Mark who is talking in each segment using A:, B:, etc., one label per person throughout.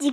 A: 自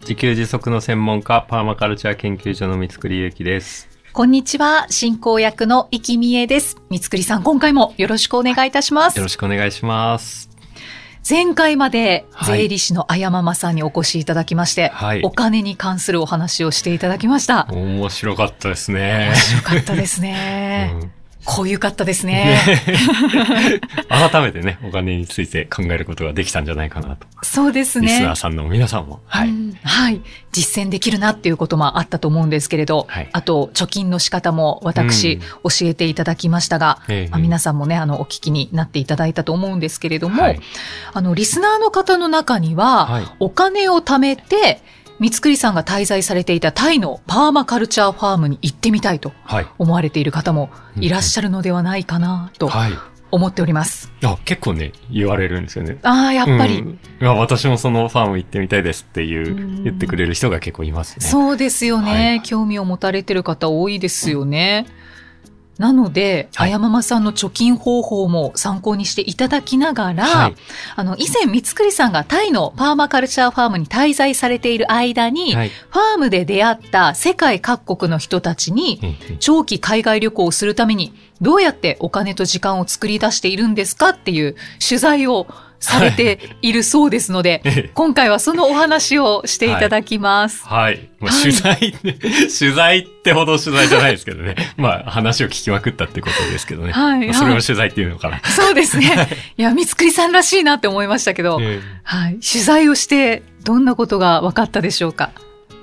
B: 自給自足の専門家、パーマカルチャー研究所の三栗ゆきです。
C: こんにちは進行役の生見恵です三栗さん今回もよろしくお願いいたします
B: よろしくお願いします。
C: 前回まで
B: はい
C: 税理士のあやままさんにお越しいただきまして、
B: はい
C: お金に関するお話をしていただきました
B: 面白かったですね
C: 面。白かったですね、
B: うん
C: 濃ゆかったですね
B: 改めてね、お金について考えることができたんじゃないかなと。
C: そうです
B: リス
C: ね
B: ナーさんの皆さんも。は
C: う
B: い。
C: んはい。実践できるなっていうこともあったと思うんですけれど、
B: はい
C: あと、貯金の仕方も私、教えていただきましたが、
B: ええ
C: まあ、皆さんもね、あの、お聞きになっていただいたと思うんですけれども、
B: はい
C: あの、リスナーの方の中には、
B: はい
C: お金を貯めて、三つくりさんが滞在されていたタイのパーマカルチャーファームに行ってみたいと
B: はい。
C: 思われている方もいらっしゃるのではないかなと
B: はい。
C: 思っております。
B: あ、結構ね、言われるんですよね。
C: ああ、やっぱり、
B: うんいや私もそのファーム行ってみたいですっていう、
C: うん
B: 言ってくれる人が結構いますね。
C: そうですよね、
B: はい
C: 興味を持たれてる方多いですよね。なので、
B: はい
C: あやままさんの貯金方法も参考にしていただきながら、
B: はい
C: あの、以前、三つくりさんがタイのパーマカルチャーファームに滞在されている間に、
B: はい。
C: ファームで出会った世界各国の人たちに、
B: うん
C: 長期海外旅行をするために、どうやってお金と時間を作り出しているんですかっていう取材をされているそうですので、
B: うん
C: 今回はそのお話をしていただきます。
B: はい。まあ、
C: はい
B: 取材、取材って ほど取材じゃないですけどね。まあ、話を聞きまくったってことですけどね。
C: はい
B: まあそれ
C: は
B: を
C: い
B: 取材っていうのかな。
C: そうです ね。いや、三つくりさんらしいなって思いましたけど、
B: うん
C: はい。取材をして、どんなことが分かったでしょうか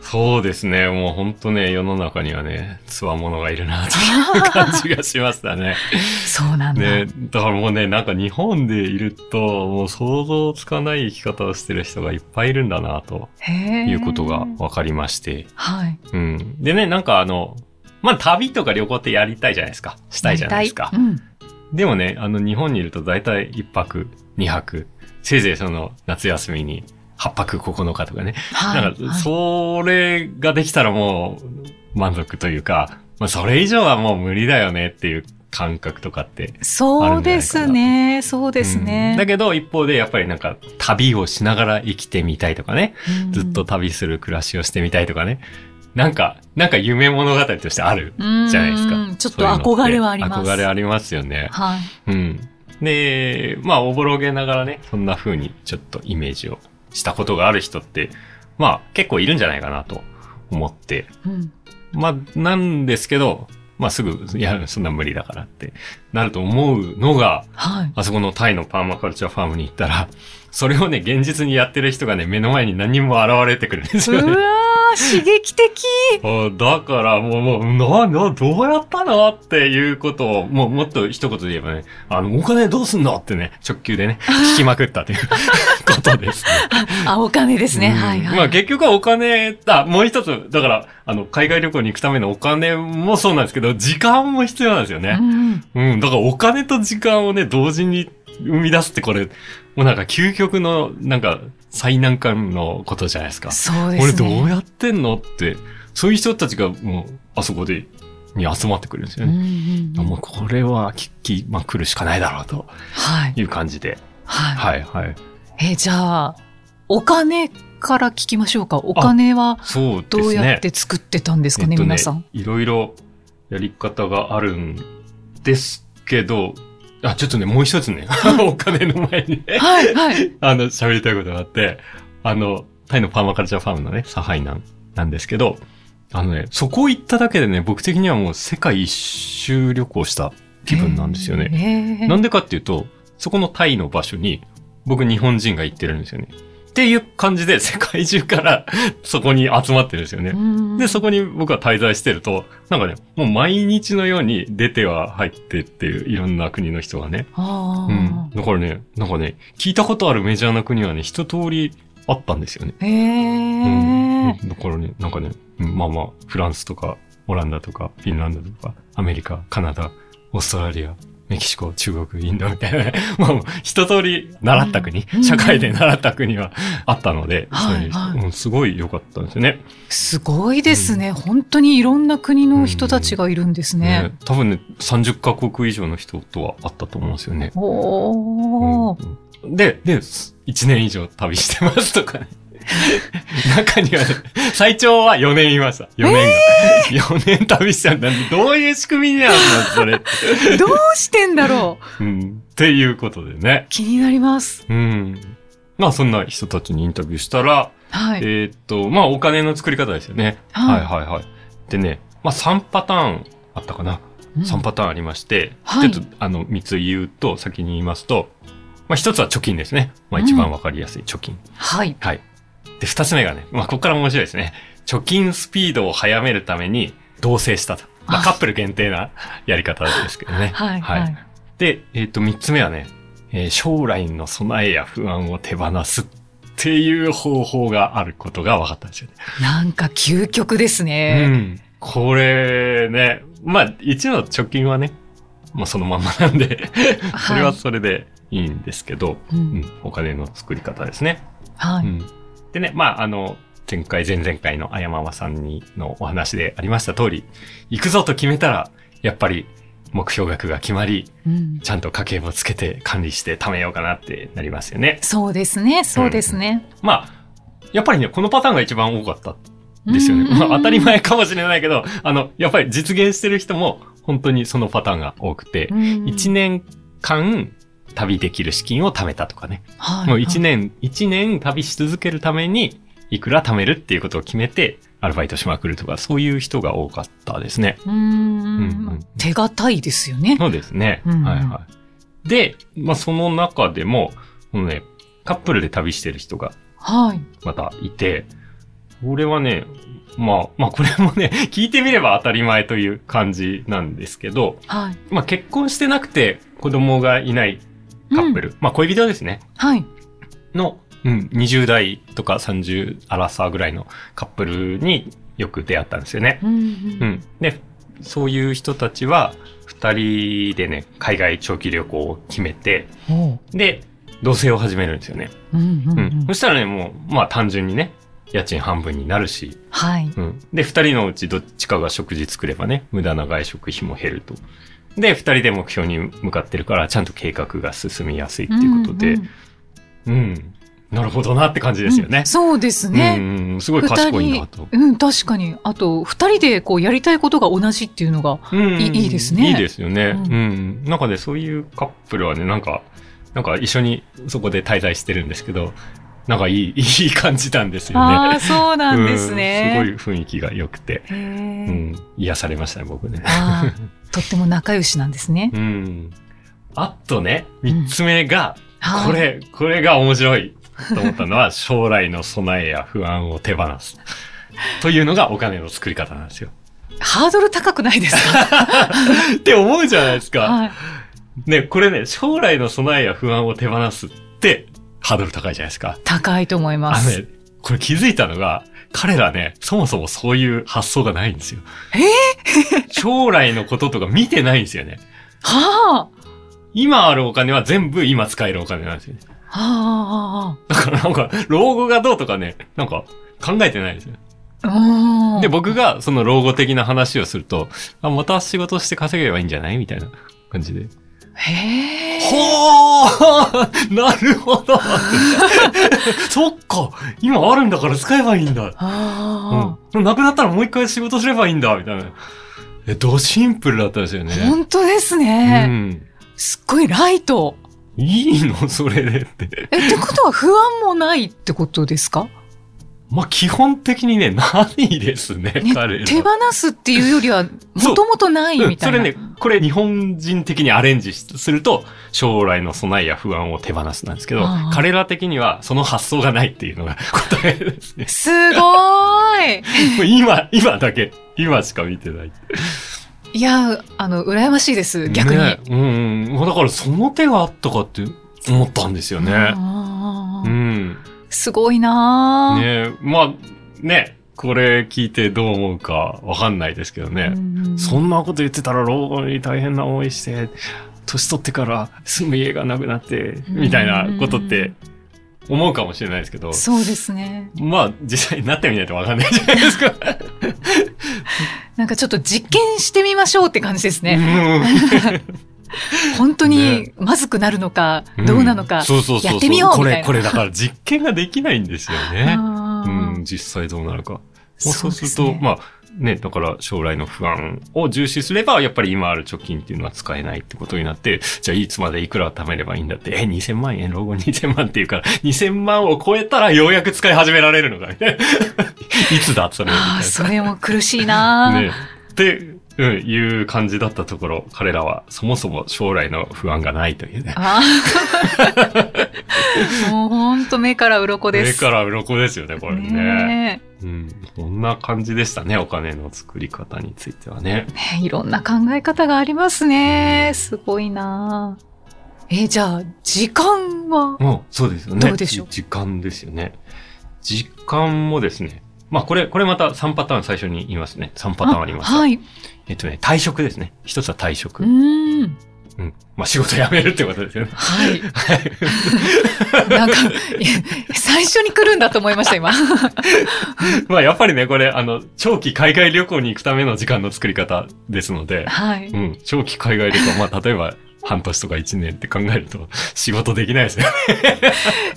B: そうですね。もう本当ね、世の中にはね、つわものがいるなという感じがしましたね。
C: そうなんだ。
B: ね、だからもうね、なんか日本でいると、もう想像つかない生き方をしてる人がいっぱいいるんだな、と
C: へー
B: いうことが分かりまして。
C: はい。
B: うん。でね、なんかあの、まあ、旅とか旅行ってやりたいじゃないですか。したいじゃないですか
C: う。ん。
B: でもね、あの、日本にいると大体1泊、2泊、せいぜいその夏休みに8泊9日とかね。
C: はい。
B: なんか、それができたらもう満足というか、まあ、それ以上はもう無理だよねっていう感覚とかって。
C: そうですね。そうです
B: うん
C: ね。
B: だけど、一方でやっぱりなんか、旅をしながら生きてみたいとかね。
C: うん
B: ずっと、旅する暮らしをしてみたいとかね。なんか、なんか夢物語としてある
C: じゃ
B: じゃないですか。
C: ちょっ
B: そう
C: と
B: いうのて
C: 憧れはあります。
B: 憧れありますよね。
C: はい。
B: うん。で、まあ、おぼろげながらね、そんな風にちょっとイメージをしたことがある人って、まあ、結構いるんじゃないかなと思って。
C: うん。
B: まあ、なんですけど、まあ、すぐ、いや、そんな無理だからってなると思うのが、
C: はい。
B: あそこのタイのパーマカルチャーファームに行ったら、それをね、現実にやってる人がね、目の前に何人も現れてくるんです
C: うわ
B: よね。
C: ー、刺激 的
B: あだからもう、もう、な、な、どうやったのっていうことを、もう、もっと一言で言えばね、あの、お金どうすんのってね、直球でね、聞きまく ったということですね。
C: あ、お金ですね。
B: うん
C: はいはい。
B: まあ結局はお金、あ、もう一つ、だから、あの、海外旅行に行くためのお金もそうなんですけど、時間も必要なんですよね
C: う。ん
B: うん、だからお金と時間をね、同時に生み出すってこれ、もうなんか究極の、なんか、最難関のことじゃないですか。
C: そうで
B: 俺
C: す
B: ど
C: ね。
B: うやってんのって、そういう人たちがもう、あそこで、に集まってくるんですよ
C: うん
B: ね。
C: うんうん
B: もうこれは聞きまくるしかないだろうと
C: はい。
B: いう感じで。
C: はい。
B: はいはい。
C: えーじゃあ、お金から聞きましょうか。お金は
B: そうですね。
C: どうやって作ってたんですかね、
B: えっと
C: 皆さん。。
B: いろいろやり方があるんですけど、あ、ちょっとね、もう一つね、 お金の前に ね、
C: はい、はい。
B: あの、喋りたいことがあって、あの、タイのパーマカルチャーファームのね、サハイナンなんですけど、あのね、そこ行っただけでね、僕的にはもう世界一周旅行した気分なんですよね。
C: ね
B: なんでかっていうと、そこのタイの場所に、僕日本人が行ってるんですよね。っていう感じで世界中からそこに集まってるんですよね。で、そこに僕は滞在してると、なんかね、もう毎日のように出ては入ってっていう、いろんな国の人がね。
C: あ
B: うん。だからね、なんかね、聞いたことあるメジャーな国はね、一通りあったんですよね。
C: あ。へえ
B: うん。だからね、なんかね、うんまあまあ、フランスとか、オランダとか、フィンランドとか、アメリカ、カナダ、オーストラリア、メキシコ、中国、インドみたいなね、 もう一通り習った国、
C: うん
B: 社会で習った国はあったので、
C: はい
B: そういう
C: はい
B: うんすごい良かったんですよね。
C: すごいですね。本当にいろんな国の人たちがいるんですね。
B: ね多分ね、30カ国以上の人とはあったと思うんですよね。
C: おお、
B: うんで、で、す1年以上旅してますとかね。 中にはね、最長は4年いました。4年が。4年旅しちゃうんだ。どういう仕組みになるの それ。
C: どうしてんだろう。
B: うん。っていうことでね。
C: 気になります。
B: うん。まあ、そんな人たちにインタビューしたら、
C: はい。
B: えーっと、まあ、お金の作り方ですよね。
C: は
B: はいいはいはい。でね、まあ、3パターンあったかな。
C: うん
B: 3パターンありまして、
C: はい
B: ちょっとあの3つ言うと先に言いますと、まあ、1つは貯金ですね、まあ、一番わかりやすい貯金、
C: はい。
B: はいで2つ目がね、まあ、ここから面白いですね貯金スピードを速めるために同棲したと、まあ、
C: あ
B: カップル限定なやり方ですけどね
C: はい。はい。
B: で、えっと3つ目はね、えー将来の備えや不安を手放すっていう方法があることが分かったんですよね
C: なんか究極です
B: う
C: ね。
B: ん。これね、まあ、一応貯金はね、もうそのまんまなんで、それはそれでいいんですけど、
C: う
B: うんん、お金の作り方ですね。
C: は
B: う
C: い。
B: ん、でね、まあ、あの、前回、前々回のあやままさんにのお話でありました通り、行くぞと決めたら、やっぱり目標額が決まり、
C: うん
B: ちゃんと家計簿つけて管理して貯めようかなってなりますよね。
C: そうですね。そうですね。
B: まあ、やっぱりね、このパターンが一番多かったですよね。まあ当たり前かもしれないけど、あの、やっぱり実現してる人も本当にそのパターンが多くて、1
C: 年。
B: 年間旅できる資金を貯めたとかね。
C: はい
B: もう1。年、一年旅し続けるために、いくら貯めるっていうことを決めて、アルバイトしまくるとか、そういう人が多かったですね。
C: はいうん
B: うんうん
C: 手堅いですよね。
B: そうですね。
C: うん
B: はいはい。で、まあその中でも、このね、カップルで旅してる人が
C: はい。
B: またいて、これはね、まあ、まあこれもね、 聞いてみれば当たり前という感じなんですけど、
C: はい。
B: まあ結婚してなくて子供がいないカップ
C: ル。
B: ル、まあ恋人ですね、
C: はい。
B: の、うん、20代とか30アラサーぐらいのカップルによく出会ったんですよね。
C: うんう
B: う
C: ん
B: ん。で、そういう人たちは、二人でね、海外長期旅行を決めて、
C: ほ
B: で、同棲を始めるんですよね。
C: ううんうんう
B: うんん。そしたらね、もう、まあ単純にね、家賃半分になるし、
C: はい。
B: うん。で、二人のうちどっちかが食事作ればね、無駄な外食費も減ると。で、二人で目標に向かってるから、ちゃんと計画が進みやすいっていうことで、
C: ん
B: うん
C: ん
B: なるほどなって感じですよ
C: う
B: ね
C: ん。そうです
B: う
C: ね。
B: んうんうん、すごい賢いなと。
C: うん、確かに。あと、二人でこうやりたいことが同じっていうのが、
B: うんうん
C: いいいですね
B: いいですよね。
C: う
B: うんん。なんかね、そういうカップルはね、なんか、なんか一緒にそこで滞在してるんですけど、なんかいい、 いい感じなんですよね。
C: ああ、そうなんです
B: う
C: ね。
B: んすごい雰囲気が良くて、
C: へ
B: う
C: え
B: ん、癒されましたね、僕ね。
C: ああ、とっても仲良しなんですね。
B: うん。あとね、三つ目が、
C: はい
B: こ。れ、これが面白いと思ったのは、将来の備えや不安を手放す。というのがお金の作り方なんですよ。
C: ハードル高くないです か
B: って思うじゃないですか。
C: はい。
B: ね、これね、将来の備えや不安を手放すって、ハードル高いじゃないですか。
C: 高いと思いま
B: あの
C: す。
B: ね、これ気づいたのが、彼らね、そもそもそういう発想がないんですよ。将来のこととか見てないんですよね。
C: はあ。
B: 今あるお金は全部今使えるお金なんですよね。
C: はあ
B: だからなんか、老後がどうとかね、なんか考えてないんですよ。
C: はあはあ。
B: で、
C: うん
B: 僕がその老後的な話をすると、あ、また仕事して稼げばいいんじゃないみたいな感じで。
C: へえ。
B: ほー なるほど そっか今あるんだから使えばいいんだ。
C: あ
B: うん。なくなったらもう一回仕事すればいいんだみたいな。え、どシンプルだったんですよ
C: あ、
B: ね。
C: 本当です
B: う
C: ね。
B: ん。
C: すっごいライト。
B: いいのそれでって。
C: え、ってことは不安もないってことですか
B: まあ、基本的にね、ないですね、
C: ね
B: 彼ら。
C: 手放すっていうより は、もともとない
B: うん
C: みたいな。
B: それね、これ日本人的にアレンジすると、将来の備えや不安を手放すなんですけど
C: ああ、
B: 彼ら的にはその発想がないっていうのが答えですね。
C: すごーい。
B: もう今、今だけ。今しか見てない。
C: いや、あの、羨ましいです、逆に。
B: ねうんうん。だからその手があったかって思ったんですよね。
C: あ
B: う
C: ー
B: ん。
C: すごいなー
B: ねまあ、ねこれ聞いてどう思うかわかんないですけどね。そんなこと言ってたら老後に大変な思いして、年取ってから住む家がなくなって、みたいなことって思うかもしれないですけど、
C: そうですね。
B: まあ実際になってみないとわかんないじゃないですか。
C: なんかちょっと実験してみましょうって感じです ね。本当
B: ね
C: にまずくなるのか、
B: ん
C: どうなのか。
B: そうそうそうそう
C: やってみようみ
B: こ
C: たい
B: れ、
C: な
B: これだから実験ができないんですよね。
C: あ
B: う
C: ー
B: ん、実際どうなるか。まあ
C: そ
B: そうう
C: ですす
B: る
C: ね
B: と、まあ、ね、だから将来の不安を重視すれば、やっぱり今ある貯金っていうのは使えないってことになって、じゃあいつまでいくら貯めればいいんだって、え、2000万円、老後2000万っていうから、2000万を超えたらようやく使い始められるのか、みた いな。いつだ、それ、み
C: あー、
B: た
C: それも苦しいない
B: な。
C: ー
B: ね。って、うん、いう感じだったところ、彼らはそもそも将来の不安がないというね。
C: あー もうほんと目から鱗で
B: 上
C: す。
B: から鱗ですよね、これね。
C: ね
B: うん。こんな感じでしたね、お金の作り方についてはね
C: え。ねえいろんな考え方がありますね。すごいなーえ、じゃあ、時間は
B: もう、そうですよね。
C: どうでしょう
B: じ時間ですよね。時間もですね。まあ、これ、これまた3パターン最初に言いますね。3パターンあります。
C: はい。
B: えっとね、退職ですね。一つは退職。
C: う
B: うん。
C: ーん。
B: まあ、仕事辞めるってことですよね。
C: はい。 なんか、いや最初に来るんだと思いま した、今。
B: まあ、やっぱりね、これ、あの、長期海外旅行に行くための時間の作り方ですので、
C: はい。
B: うん。長期海外旅行、まあ、例えば、半年とか1年って考えると、仕事できないですね。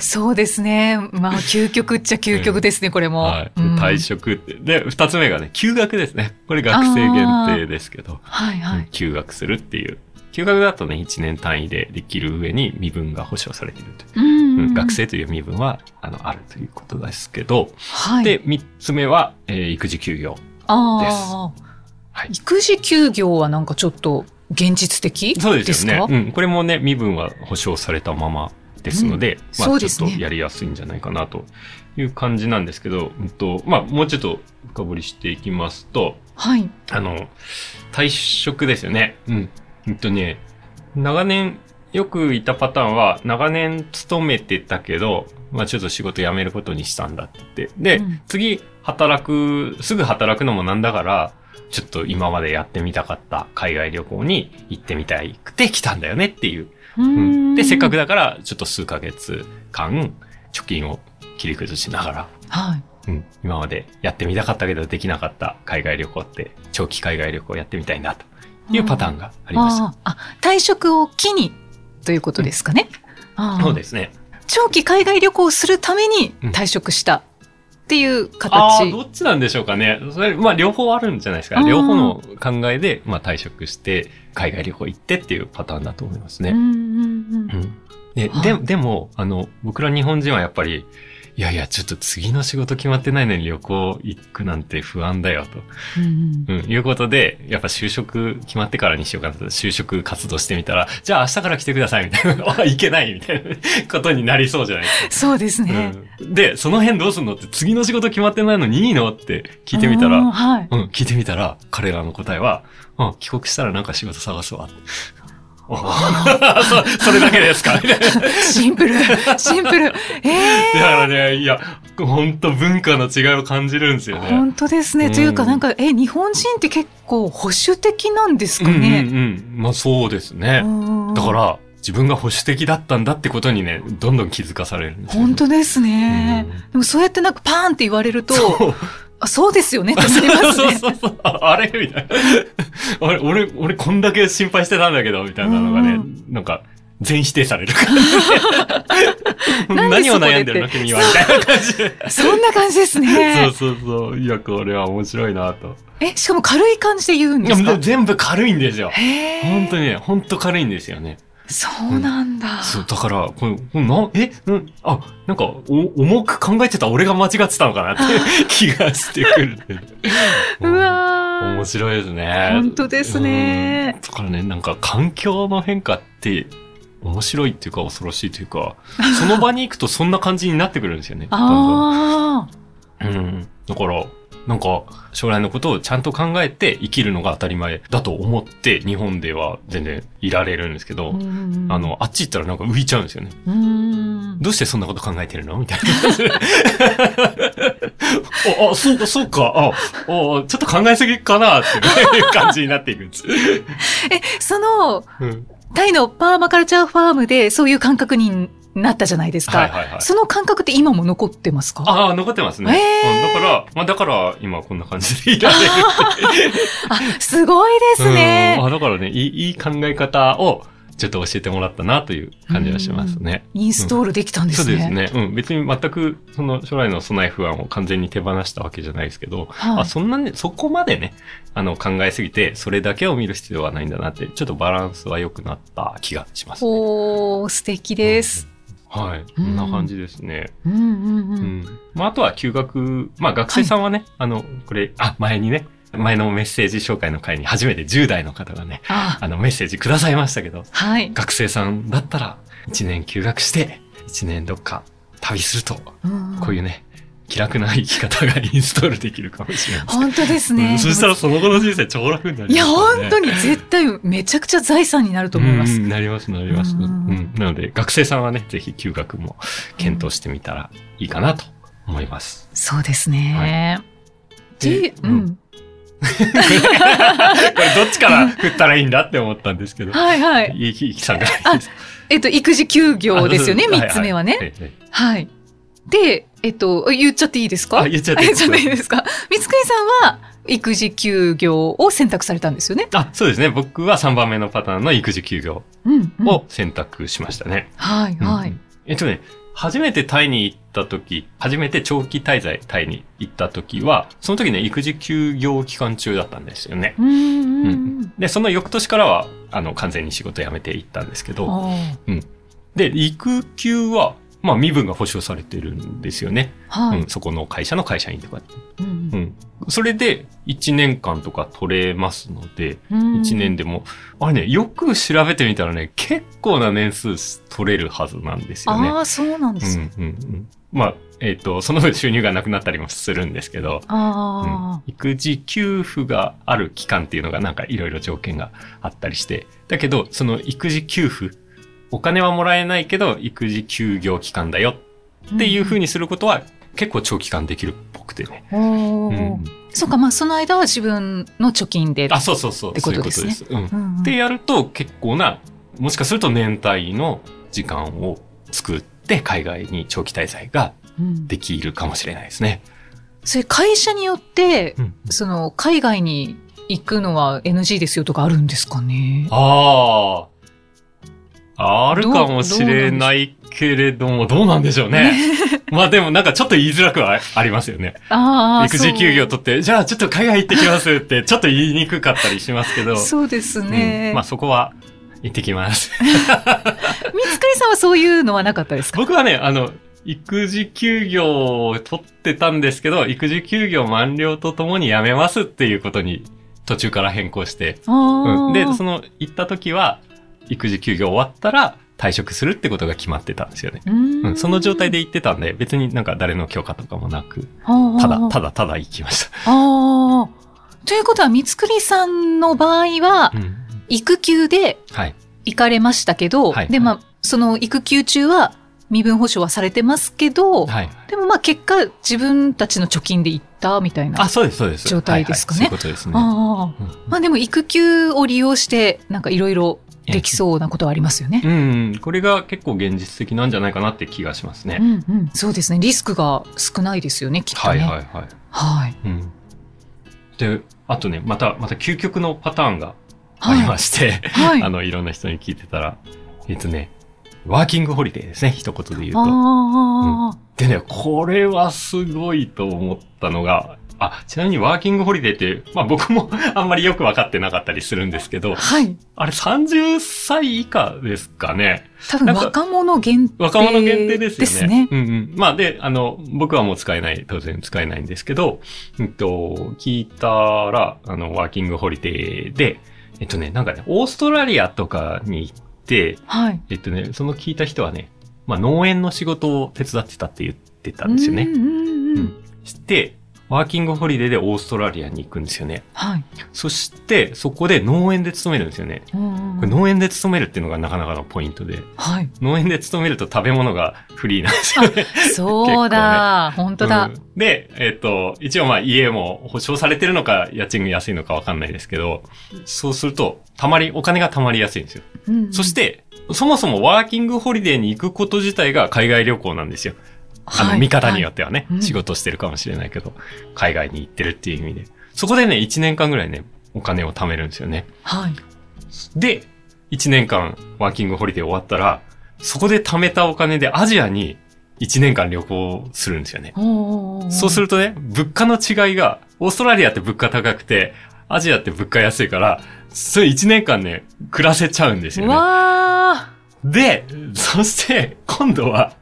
C: そうですね。まあ、究極っちゃ究極ですね、これも。
B: はい。
C: うん
B: 退職って。で、二つ目がね、休学ですね。これ学生限定ですけど、
C: はいは
B: うん
C: い。
B: 休学するっていう。休学だとね、1年単位でできる上に身分が保障されていると
C: う
B: いう
C: んうん
B: う
C: うんん
B: 学。生という身分は、あの、あるということですけど、
C: はい。
B: で、三つ目は、えー育児休業。
C: ああ、
B: はい
C: 育児休業はなんかちょっと現実的ですか
B: そうですよね。うん。これもね、身分は保障されたままですので、ま
C: そ
B: あ
C: う
B: ち
C: で
B: ょっ
C: す
B: と
C: ね
B: やりやすいんじゃないかなという感じなんですけど、うんと、まあもうちょっと深掘りしていきますと、
C: はい。
B: あの、退職ですよね。うん。うんとね、長年、よくいたパターンは、長年勤めてたけど、まあちょっと仕事辞めることにしたんだって言って。で、
C: うん
B: 次、働く、すぐ働くのもなんだから、ちょっと今までやってみたかった海外旅行に行ってみたいくて来たんだよねっていう。
C: う
B: うんん、で、せっかく。だから、ちょっと数ヶ月間、貯金を切り崩しながら、
C: はい。
B: うん、今までやってみたかったけどできなかった海外旅行って、長期海外旅行やってみたいなというパターンがありました。
C: あああ、退職を機にということですかね。ああ
B: そうですね。
C: 長期海外旅行をするために
B: うん
C: 退職したっていう
B: あ
C: 形。
B: あー、どっちなんでしょうかね。それ、まあ、両方あるんじゃないです
C: あ
B: か。
C: ー
B: 両方の考えで、まあ、退職して、海外旅行行ってっていうパターンだと思います
C: う
B: ね。
C: んうんう
B: うんん。で
C: は
B: で
C: い
B: でも、あの、僕ら日本人はやっぱり、いやいや、ちょっと次の仕事決まってないのに旅行行くなんて不安だよと。
C: うんうん
B: うん、いうことで、やっぱ就職決まってからにしようかなと、就職活動してみたら、じゃあ明日から来てくださいみたいな、あ、 いけないみたいなことになりそうじゃないです
C: そうです
B: か。
C: ね。
B: うん、で、その辺どうすんのって、次の仕事決まってないのにいいのって聞いてみた
C: あー
B: ら、
C: はい。
B: うん、聞いてみたら、彼らの答えは、うん、帰国したらなんか仕事探す わ。あ そそれだ けですかみたいな
C: シンプル、シンプル。ええ
B: だからね、いや、ほんと文化の違いを感じるんですよね。
C: 本当ですね。
B: うん
C: というか、なんか、え、日本人って結構保守的なんですか
B: うん
C: ね。
B: うんうん。まあそうですね。だ
C: だ
B: か、ら、自分が保守的だったんだってことにね、どんどん気づかされるんですよね
C: 本当ですね。でもそうやってなんかパーンって言われると、
B: そう。
C: あそうですよねってなりま
B: そう
C: す
B: そう
C: ね。
B: そうそう。ああれみたいな。 あれ、俺、俺こんだけ心配してたんだけど、みたいなのが
C: う
B: ね、なんか、全否定さ れる感じ
C: なんで
B: 何
C: そ
B: を
C: こで
B: 悩んでるの君は、みたいな感じで。
C: そんな感じです
B: そう
C: ね。
B: そうそう。いや、これは面白いなと。
C: え、しかも軽い感じで言うん
B: い
C: で
B: や、
C: す
B: も
C: か
B: う全部軽いんですよ。
C: へー
B: 本当にね、本当軽いんですよね。
C: そうなんだ。
B: そう、だから、これ、これな、え、うん、あ、なんか、お、重く考えてた俺が間違ってたのかなって 気がしてくる。
C: うわ
B: 面
C: ー
B: 白いですね。
C: 本当ですね
B: うん。だからね、なんか環境の変化って面白いっていうか恐ろしいとい うか、その場に行くとそんな感じになってくるんですよね。
C: あ
B: どんどんうん。だから、なんか将来のことをちゃんと考えて生きるのが当たり前だと思って日本では全然いられるんですけ
C: あ。
B: ど、
C: うん
B: あ、の、あっち行ったらなんか浮いちゃうんですよね。
C: うん。
B: どうしてそんなこと考えてるのみたいあ、あそうか、そうか、あ、あちょっと考えすぎかな、っていう感じになっていくんです。
C: え、その、
B: うん
C: タイのパーマカルチャーファームでそういう感覚になったじゃないですか。
B: はいはいはい。
C: その感覚って今も残ってますか
B: ああ、残ってますね。
C: へー
B: うんだから、まあだから、今こんな感じでいられる
C: あすごいです
B: うん
C: ね。
B: あだからねいい、いい考え方をちょっと教えてもらったなという感じがしますね。
C: インストールできたんで
B: そ
C: す
B: う
C: ね。
B: ですね。うん。別に全く、その将来の備え不安を完全に手放したわけじゃないですけど、
C: はい
B: あそんなに、そこまでね、あの、考えすぎて、それだけを見る必要はないんだなって、ちょっとバランスは良くなった気がします、ね。
C: おー、素敵です。
B: はい。
C: う
B: こ
C: ん
B: んな感じですね。
C: うんうんう。
B: うんん。まあ、あとは休学、まあ、学生さんはね、あの、これ、あ、前にね、前のメッセージ紹介の回に初めて10代の方がね、
C: あ
B: あの、メッセージくださいましたけど、
C: はい。
B: 学生さんだったら、一年休学して、一年どっか旅すると、こういう
C: ね。
B: ね、気楽な生き方がインストールできるかもしれないです。
C: 本当です
B: う
C: ね。
B: んそしたらその後の人生超楽になります、ね。
C: いや、本当
B: に
C: に絶対めちゃくちゃ財産になると思います。
B: なります、なります。
C: う
B: うんん、なので、学生さんはね、ぜひ休学も検討してみたらいいかなと思い ます。
C: そうですね。で
B: で、
C: う
B: うん
C: ん。
B: これどっちから振ったらいいんだって思ったんですけど。
C: はいはい。
B: いい、いいさんが。
C: えっと、育児休業ですよね、
B: あそう
C: 三つ目はね。
B: いいい
C: はい。で、えっと、言っちゃっていいですか
B: あ、言っち ゃっていいです
C: じゃないですか。三つくさんは育児休業を選択されたんですよね。
B: あ、そうですね。僕は3番目のパターンの育児休業
C: うん、うん。
B: を選択しましたね。
C: はい、はい。
B: うんえっとね、初めてタイに行った時、初めて長期滞在タイに行った時は、その時ね、育児休業期間中だったんですよね。
C: うん、うんう。
B: うんで、その翌年からは、あの、完全に仕事辞めて行ったんですけど、
C: あ
B: で、育休は、まあ、身分が保障されてるんですよね。
C: ーはい
B: うん、。そこの会社の会社員とか。
C: うん
B: うん。それで、1年間とか取れますので、
C: うん
B: 1年でも、あれね、よく調べてみたらね、結構な年数取れるはずなんですよね。
C: ああ、そうなんで
B: う
C: すね。
B: んうんうん、まあ、えっ、と、その分収入がなくなったりもするんですけど、
C: あ
B: 育児給付がある期間っていうのがなんかいろいろ条件があったりして、だけど、その育児給付、お金はもらえないけど、育児休業期間だよ
C: あ。
B: っていうふう
C: に。
B: にすることは結構長期間できるっぽくてね。
C: おー
B: うん
C: そうか、まあ、その間は自分の貯金で。
B: あ、そうそうそう。
C: ってことですね
B: そういうことです。うん
C: うんうん
B: でやると結構な、もしかすると年単位の時間を作って海外に長期滞在が
C: うん
B: できるかもしれないですね。
C: それ会社によって、
B: うん
C: その、海外に行くのは NG ですよとかあるんですかね
B: ああ。あるかもしれないけれども、どうなんでしょうね。まあでもなんかちょっと言いづらくはあありますよね。
C: ああ、
B: 育児休業取って、じゃあちょっと海外行ってきますって、ちょっと言いにくかったりしますけど。
C: そうそうですね。
B: うんまあそこは行ってきます。
C: 三つくりさんはそういうのはなかったですか
B: 僕はね、あの、育児休業を取ってたんですけど、育児休業満了とともに辞めますっていうことに途中から変更して、
C: あー
B: うん、で、その行った時は、育児休業終わったら退職するってことが決まってたんですよね。
C: うーん
B: うん、その状態で行ってたんで、別になんか誰の許可とかもなく、
C: はあ
B: ただ、
C: は
B: ただただ行きました。
C: あああということは、三つくりさんの場合は、
B: うん、
C: 育休で
B: はい。
C: 行かれましたけど、
B: はい
C: で、まあ、その育休中は身分保障はされてますけど、
B: はい。
C: でもまあ結果、自分たちの貯金で行ったみたいな。
B: あ、そうです、そうです。
C: 状態ですかね
B: はいはいそういうことですね。
C: ああ。
B: うん
C: まあでも育休を利用して、なんかいろいろできそうなことはありますよね。
B: うん、これが結構現実的なんじゃないかなって気がします
C: う
B: ね。
C: んうん。そうですね。リスクが少ないですよね、きっと
B: は
C: ね。
B: いはいはい。
C: はい。
B: うん。で、あとね、また、また究極のパターンがあ
C: はい。
B: りまして、
C: はい。
B: あの、いろんな人に聞いてたら、えっとね、ワーキングホリデーですね、一言で言うと。
C: ああ、
B: でね、これはすごいと思ったのが、あ、ちなみにワーキングホリデーって、まあ僕も あんまりよくわかってなかったりするんですけど、
C: はい。
B: あれ30歳以下ですかね。
C: 多分
B: なんか
C: 若者限定ですね。
B: 若者限定ですよね。うんうん。まあで、あの、僕はもう使えない、当然使えないんですけど、うんと、聞いたら、あの、ワーキングホリデーで、えっとね、なんかね、オーストラリアとかに行って、
C: はい。
B: えっとね、その聞いた人はね、まあ農園の仕事を手伝ってたって言ってたんですよね。
C: うんうんうん
B: して、ワーキングホリデーでオーストラリアに行くんですよね。
C: はい。
B: そして、そこで農園で勤めるんですよね。これ
C: こ
B: 農園で勤めるっていうのがなかなかのポイントで、
C: はい。
B: 農園で勤めると食べ物がフリーなんですよね。
C: そうだ、本当だ
B: う。んで、えっ、と、一応まあ家も保証されてるのか、家賃が安いのかわかんないですけど、そうすると、たまり、お金がたまりやすいんですよ。
C: うん
B: そし、て、そもそもワーキングホリデーに行くこと自体が海外旅行なんですよ。あの、見方によ
C: っ
B: ってはね、
C: はいうん
B: 仕事してるかもしれないけど、海外に行ってるっていう意味で。そこでね、1年間ぐらいね、お金を貯めるんですよね。
C: て。はい。
B: で、1年間ワーキングホリデー終わったら、そこで貯めたお金でアジアに1年間旅行するんですよね。そうす
C: る。
B: るとね、物価の違いが、オーストラリアって物価高くて、アジアって物価安いから、それ1年間ね、暮らせちゃうんですよね。
C: わ
B: で、そして、今度は、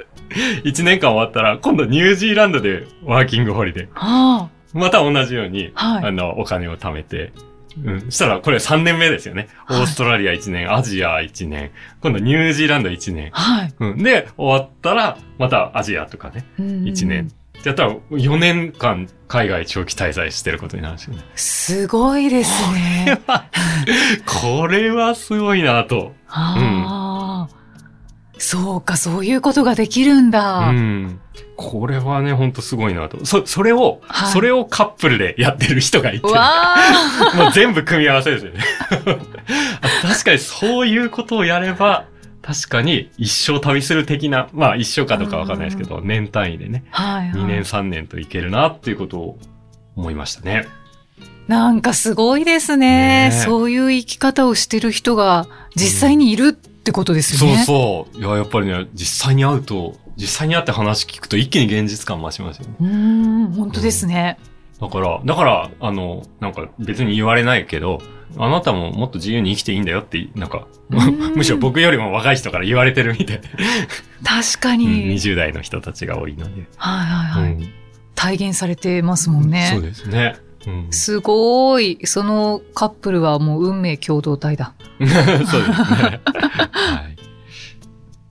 B: 1年間終わったら、今度ニュージーランドでワーキングホリデ
C: ー。
B: ー。
C: は
B: また同じように、
C: あ。は
B: あ
C: い。
B: の、お金を貯めて。うん。そしたら、これ3年目ですよね。オ
C: はい
B: ーストラリア1年、アジア1年、今度ニュージーランド1年。
C: はい。
B: うん。で、終わったら、またアジアとかね。
C: 一
B: 1年。。やったら4年間海外長期滞在してることになるんです よね。
C: すごいです ね。
B: これはすごいなと。
C: ああ。そうか、そういうことができるん
B: う
C: だ。
B: ん。これはね、ほんとすごいなと。そ、それを、
C: はい
B: それをカップルでやってる人がいて、
C: わ あ。
B: もう全部組み合わせですよね。 あ確かにそういうことをやれば、確かに一生旅する的な、まあ一生かどうかわかんないですけど、年単位でね、
C: はい。
B: 2年3年といけるなっていうことを思いましたね。
C: なんかすごいですね
B: ねえ
C: そういう生き方をしてる人が実際にいるってことですよ
B: そう
C: ね。
B: そう。いや、やっぱりね、実際に会うと、実際に会って話聞くと一気に現実感増しますよね。
C: うーん、本当ですね。
B: だから、だから、あの、なんか別に言われないけど、あなたももっと自由に生きていいんだよって、なんか、
C: うん
B: むしろ僕よりも若い人から言われてるみたい。
C: 確か
B: うん
C: に。
B: 20代の人たちが多いので。
C: はいはいはい、
B: うん
C: 体現されてますもんね。
B: そうですね。うん、 そ
C: すごい。そのカップルはもう運命共同体だ。
B: うですね。はい。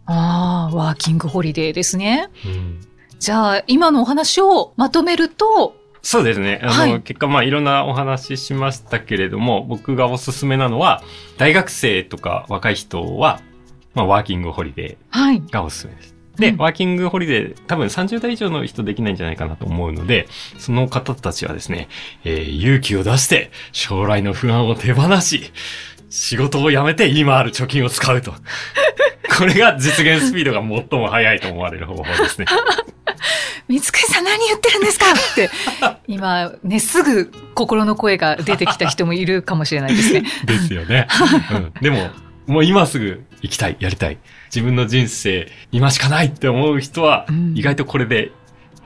C: ああ、ワーキングホリデーですね。
B: うん
C: じゃあ、今のお話をまとめると、
B: そうですね。あの、
C: はい
B: 結果、まあ、いろんなお話ししましたけれども、僕がおすすめなのは、大学生とか若い人は、まあ、ワーキングホリデ
C: はい。
B: ーがおすすめです。で、
C: うん
B: ワーキングホリデー、多分30代以上の人できないんじゃないかなと思うので、その方たちはですね、えー勇気を出して、将来の不安を手放し、仕事を辞めて今ある貯金を使うと。 これが実現スピードが最も速いと思われる方法で すね。
C: 三つさん何言ってるんですか って、今ね、すぐ心の声が出てきた人もいるかもしれないです ね。
B: ですよね。うん、でも、もう今すぐ行きたい、やりたい。自分の人生、今しかないって思う人は、
C: うん
B: 意外とこれで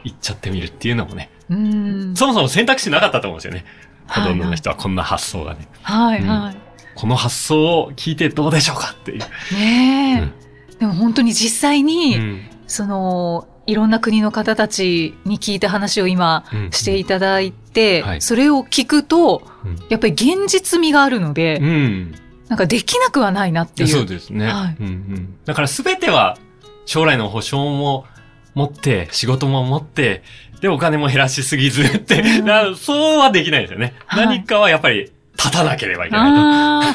B: 行っちゃってみるっていうのもね、
C: うーん。
B: そもそも選択肢なかったと思うんですよね。ほとんどの
C: はい
B: 人はこんな発想がね。
C: はいはい。
B: この発想を聞いてどうでしょうかっていう。
C: ねえ、でも本当に実際に、そのいろんな国の方たちに聞いた話を今
B: うん
C: していただいて、
B: うんはい
C: それを聞くと
B: うん
C: やっぱり現実味があるので、
B: うん。
C: なんかできなくはないなっていう。
B: そうですね。
C: はい
B: うんうん、だから全ては将来の保証も持って、仕事も持って、で、お金も減らしすぎずって、
C: うん
B: なそうはできないですよね。
C: はい
B: 何かはやっぱり立たなければいけない
C: あ あ、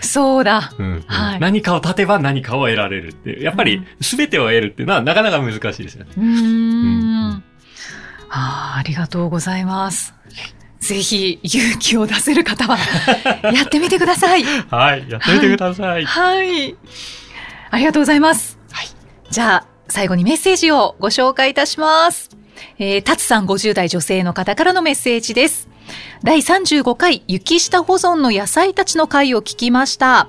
C: そうだ。
B: と。うんうん
C: はい
B: 何かを立てば何かを得られるっていう。やっぱ
C: う
B: り
C: ん
B: 全てを得るっていうのはなかなか難しいですよね。
C: うーん。
B: う
C: ああ、ありがとうございます。ぜひ勇気を出せる方はやってみてください。
B: はい。やってみてください。
C: はい。ありがとうございます。
B: はい
C: じゃあ、最後にメッセージをご紹介いたします。えー、タツさん50代女性の方からのメッセージです。第35回雪下保存の野菜たちの回を聞きました。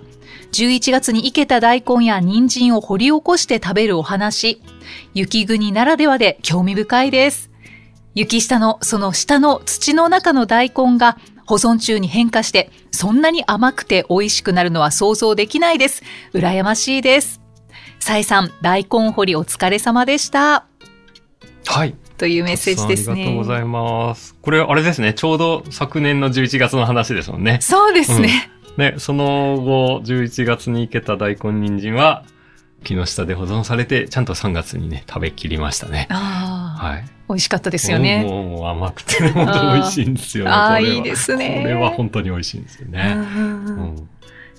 C: 11月に生けた大根や人参を掘り起こして食べるお話。雪国ならではで興味深いです。雪下のその下の土の中の大根が保存中に変化して、そんなに甘くて美味しくなるのは想像できないです。羨ましいです。さえさん、大根掘りお疲れ様でした。
B: はい。
C: というメッセージですね。
B: たくさんありがとうございます。これ、あれですね。ちょうど昨年の11月の話ですもんね。
C: そうですね。
B: ね、その後、11月に生けた大根人参は、木の下で保存されて、ちゃんと3月にね、食べきりましたね。
C: あ
B: はい。
C: 美味しかったですよね。
B: もうもうもう甘くて、本当美味しいんですよね。
C: ああ、
B: これはい
C: いですね。
B: これは本当に美味しいんですよ
C: う
B: ね。
C: んう
B: うん
C: うん
B: ん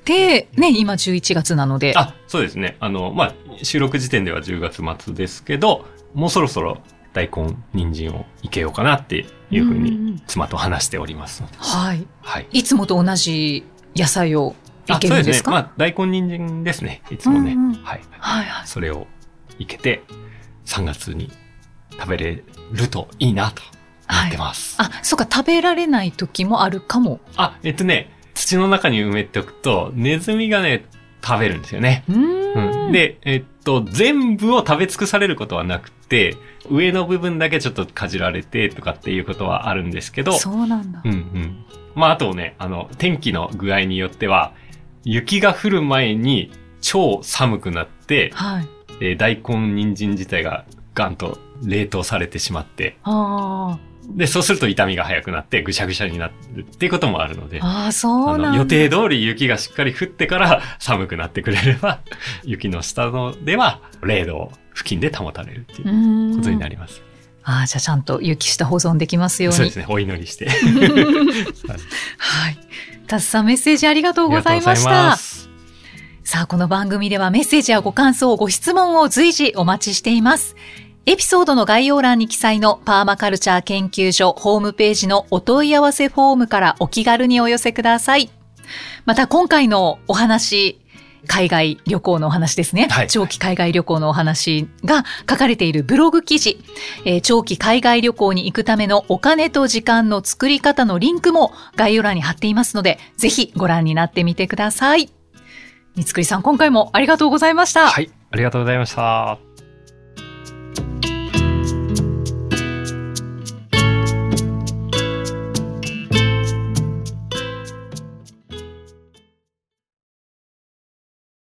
C: で、ね、今11月なので。
B: あ、そうですね。あの、まあ、収録時点では10月末ですけど、もうそろそろ大根、人参をいけようかなっていうふうに
C: んんん
B: 妻と話しておりますので。
C: はい。
B: はい。
C: いつもと同じ野菜をい
B: あ、
C: け
B: そう
C: る
B: で
C: んで
B: すね
C: す。か
B: まあ、大根、人参ですね。いつもね。
C: うんうん
B: はい。
C: はいはい。
B: それをいけて、3月に食べれるといいなと思ってます。
C: あ、そうか、食べられない時もあるかも。
B: あ、えっとね、土の中に埋めておくと、ネズミがね、食べるんですよね。
C: うー。
B: うんん、、で、えっと、全部を食べ尽くされることはなくて、上の部分だけちょっとかじられてとかっていうことはあるんですけど、
C: そうなんだ
B: うん。うん。まあ、あとね、あの、天気の具合によっては、雪が降る前に超寒くなって、
C: はい。
B: えー大根、人参自体がガンと冷凍されてしまって、
C: あ
B: で、そうすると痛みが早くなってぐしゃぐしゃになるっていうこともあるので
C: あ。、ああ、そうなん
B: あの
C: だ。
B: 予定通り雪がしっかり降ってから寒くなってくれれば、 雪の下のでは0度付近で保たれるっていうう
C: ーん
B: ことになります。
C: ああ、じゃあちゃんと雪下保存できますように。
B: そうですね、お祈りして。
C: はい。たつさんメッセージありが とうござい
B: あ
C: ま
B: りがとうござ
C: し
B: い
C: た
B: ま。す。
C: さあ、この番組ではメッセージやご感想、ご質問を随時お待ちしています。エピソードの概要欄に記載のパーマカルチャー研究所ホームページのお問い合わせフォームからお気軽にお寄せください。また今回のお話、海外旅行のお話ですね。
B: はい
C: 長期海外旅行のお話が書かれているブログ記事、えー長期海外旅行に行くためのお金と時間の作り方のリンクも概要欄に貼っていますので、ぜひご覧になってみてください。三つくりさん、今回もありがとうございました。
B: はい、ありがとうございました。